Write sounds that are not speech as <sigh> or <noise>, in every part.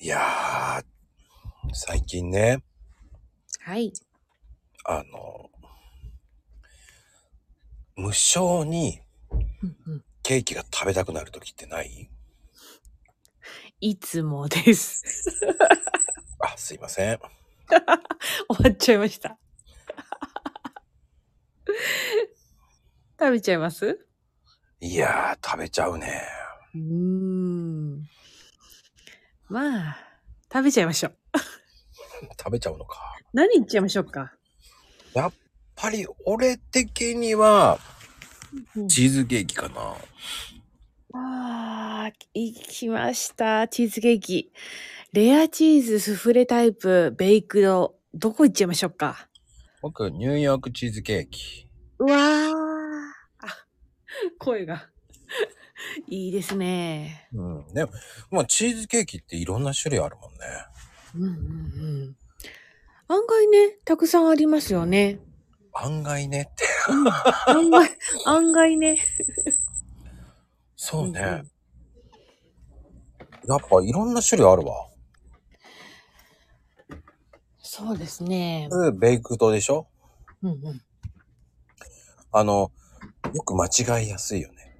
いやー、最近ね、はい。あの、無性にうんうんケーキが食べたくなる時ってないいつもです。 <laughs> あ、すいません。終わっちゃいました。食べちゃいますいやー、食べちゃうね。うーん。まあ、食べちゃいましょう。食べちゃうのか。何言っちゃいましょうか。やっぱり俺的にはチーズケーキかな。ああ、いきました。チーズケーキ。レアチーズスフレタイプ、ベイクド。どこ行っちゃいましょうか。僕、ニューヨークチーズケーキ。うわー。あ、声が。いいですね。うん。でも、まあ、チーズケーキっていろんな種類あるもんね。うんうんうん案外ね、たくさんありますよね。案外ねって。案外、 <laughs> 案外ね。そうね。うんやっぱいろんな種類あるわ。そうですね。まずベイクドでしょうんうん。あの、よく間違いやすいよね。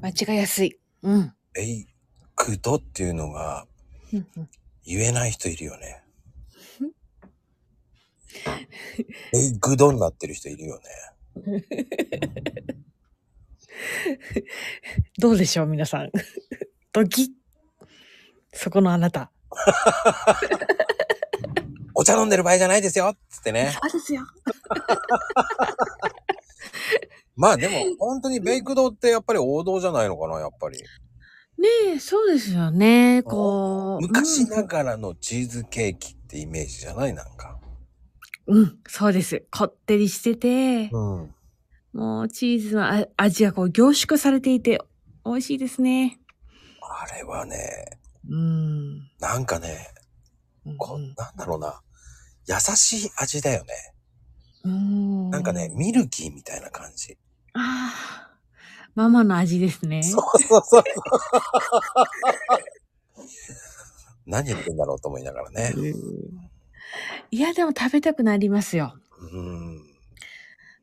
間違いやすい。うん。ベイクドっていうのがうんうん言えない人いるよね。ベイクドになってる人いるよね。どうでしょう、皆さん。 <laughs> ドキッ。そこのあなた。お茶飲んでる場合じゃないですよっつってね。あですよ。まあでも本当にベイクドってやっぱり王道じゃないのかな、やっぱり。ねえ、そうですよね。こう。昔うなんがらのチーズケーキってイメージじゃないなんか。うん、そうです。こってりしてて、うん。もうチーズのあ味がこう凝縮されていて、美味しいですね。あれはね、うん。なんかね、こうんなんだろうな。優しい味だよね。うん。なんかね、ミルキーみたいな感じ。ああ、ママの味ですね。そうそうそう。何言ってんだろうと思いながらね。いや、でも食べたくなりますよ。うん。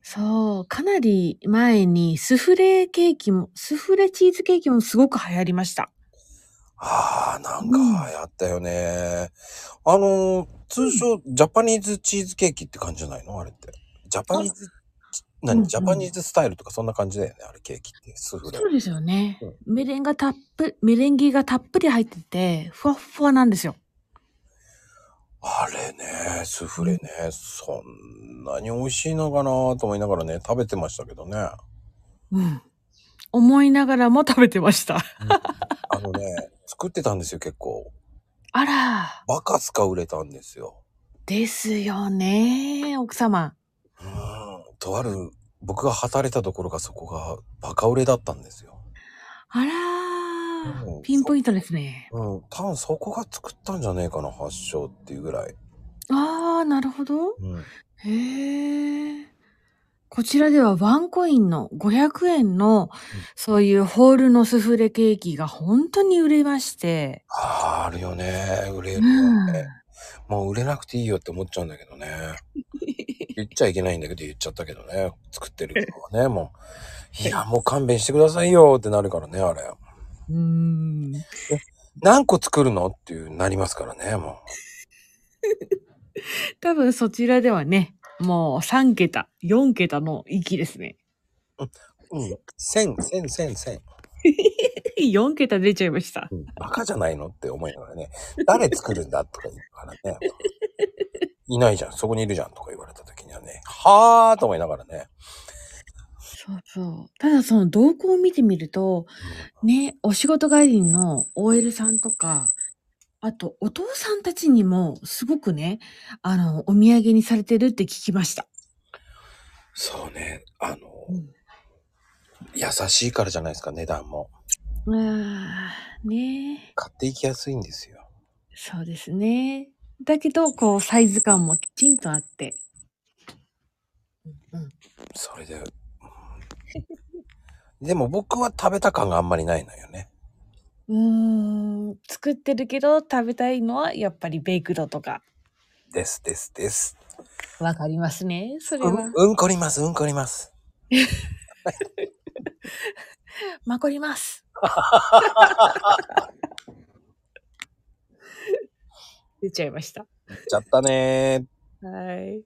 そう、かなり前にスフレケーキも、スフレチーズケーキもすごく流行りました。ああ、なんかやったよね。あのー、通称、ジャパニーズチーズケーキって感じじゃないのあれって。ジャパニーズ、何、うんうんジャパニーズスタイルとかそんな感じだよね。あれケーキって。スフレ。そうですよね。メレンがたっぷり、メレンゲがたっぷり入ってて、ふわっふわなんですよ。あれね、スフレね、そんなに美味しいのかなと思いながらね、食べてましたけどね。 <laughs> うん。思いながらも食べてました。あのね、作ってたんですよ、結構。あら、バカスカ売れたんですよ。ですよね、奥様。うーん。とある、僕が働いたところがそこがバカ売れだったんですよ。あうらん、ピンポイントですね。うん。多分そこが作ったんじゃねえかな、発祥っていうぐらい。ああ、なるほど。うん。へえ。こちらではワンコインの500円のそういうホールのスフレケーキが本当に売れまして。あーあるよね。売れうるよん。ね。もう売れなくていいよって思っちゃうんだけどね。言っちゃいけないんだけど言っちゃったけどね。作ってる人はね、もう。いや、もう勘弁してくださいよってなるからね、あれ。うーん。何個作るのっていうなりますからね、もう。多分そちらではね、もう3桁、4桁の域ですね。 <laughs> うん。千、千、千、千。 4桁出ちゃいました。うんバカじゃないのって思いながらね、誰作るんだとか言うからね、 <laughs> いないじゃん、そこにいるじゃんとか言われた時にはね、はーと思いながらね、そうそう。ただその動向を見てみると、ね、お仕事帰りの OL さんとか、あとお父さんたちにもすごくね、あの、お土産にされてるって聞きました。そうね、あの、うん優しいからじゃないですか、値段も。ああ、ねえ買っていきやすいんですよ。そうですね。だけど、こう、サイズ感もきちんとあって。うん、それで、 <laughs> うんでも僕は食べた感があんまりないのよね。うん。うーん、ん、作ってるけど食べたいのはやっぱりベイクドとか。ですですです。わかりますね。それうはん、。うんこります、うんこります。まこり <laughs> ます。出ちゃいました。やっちゃったねー。はい。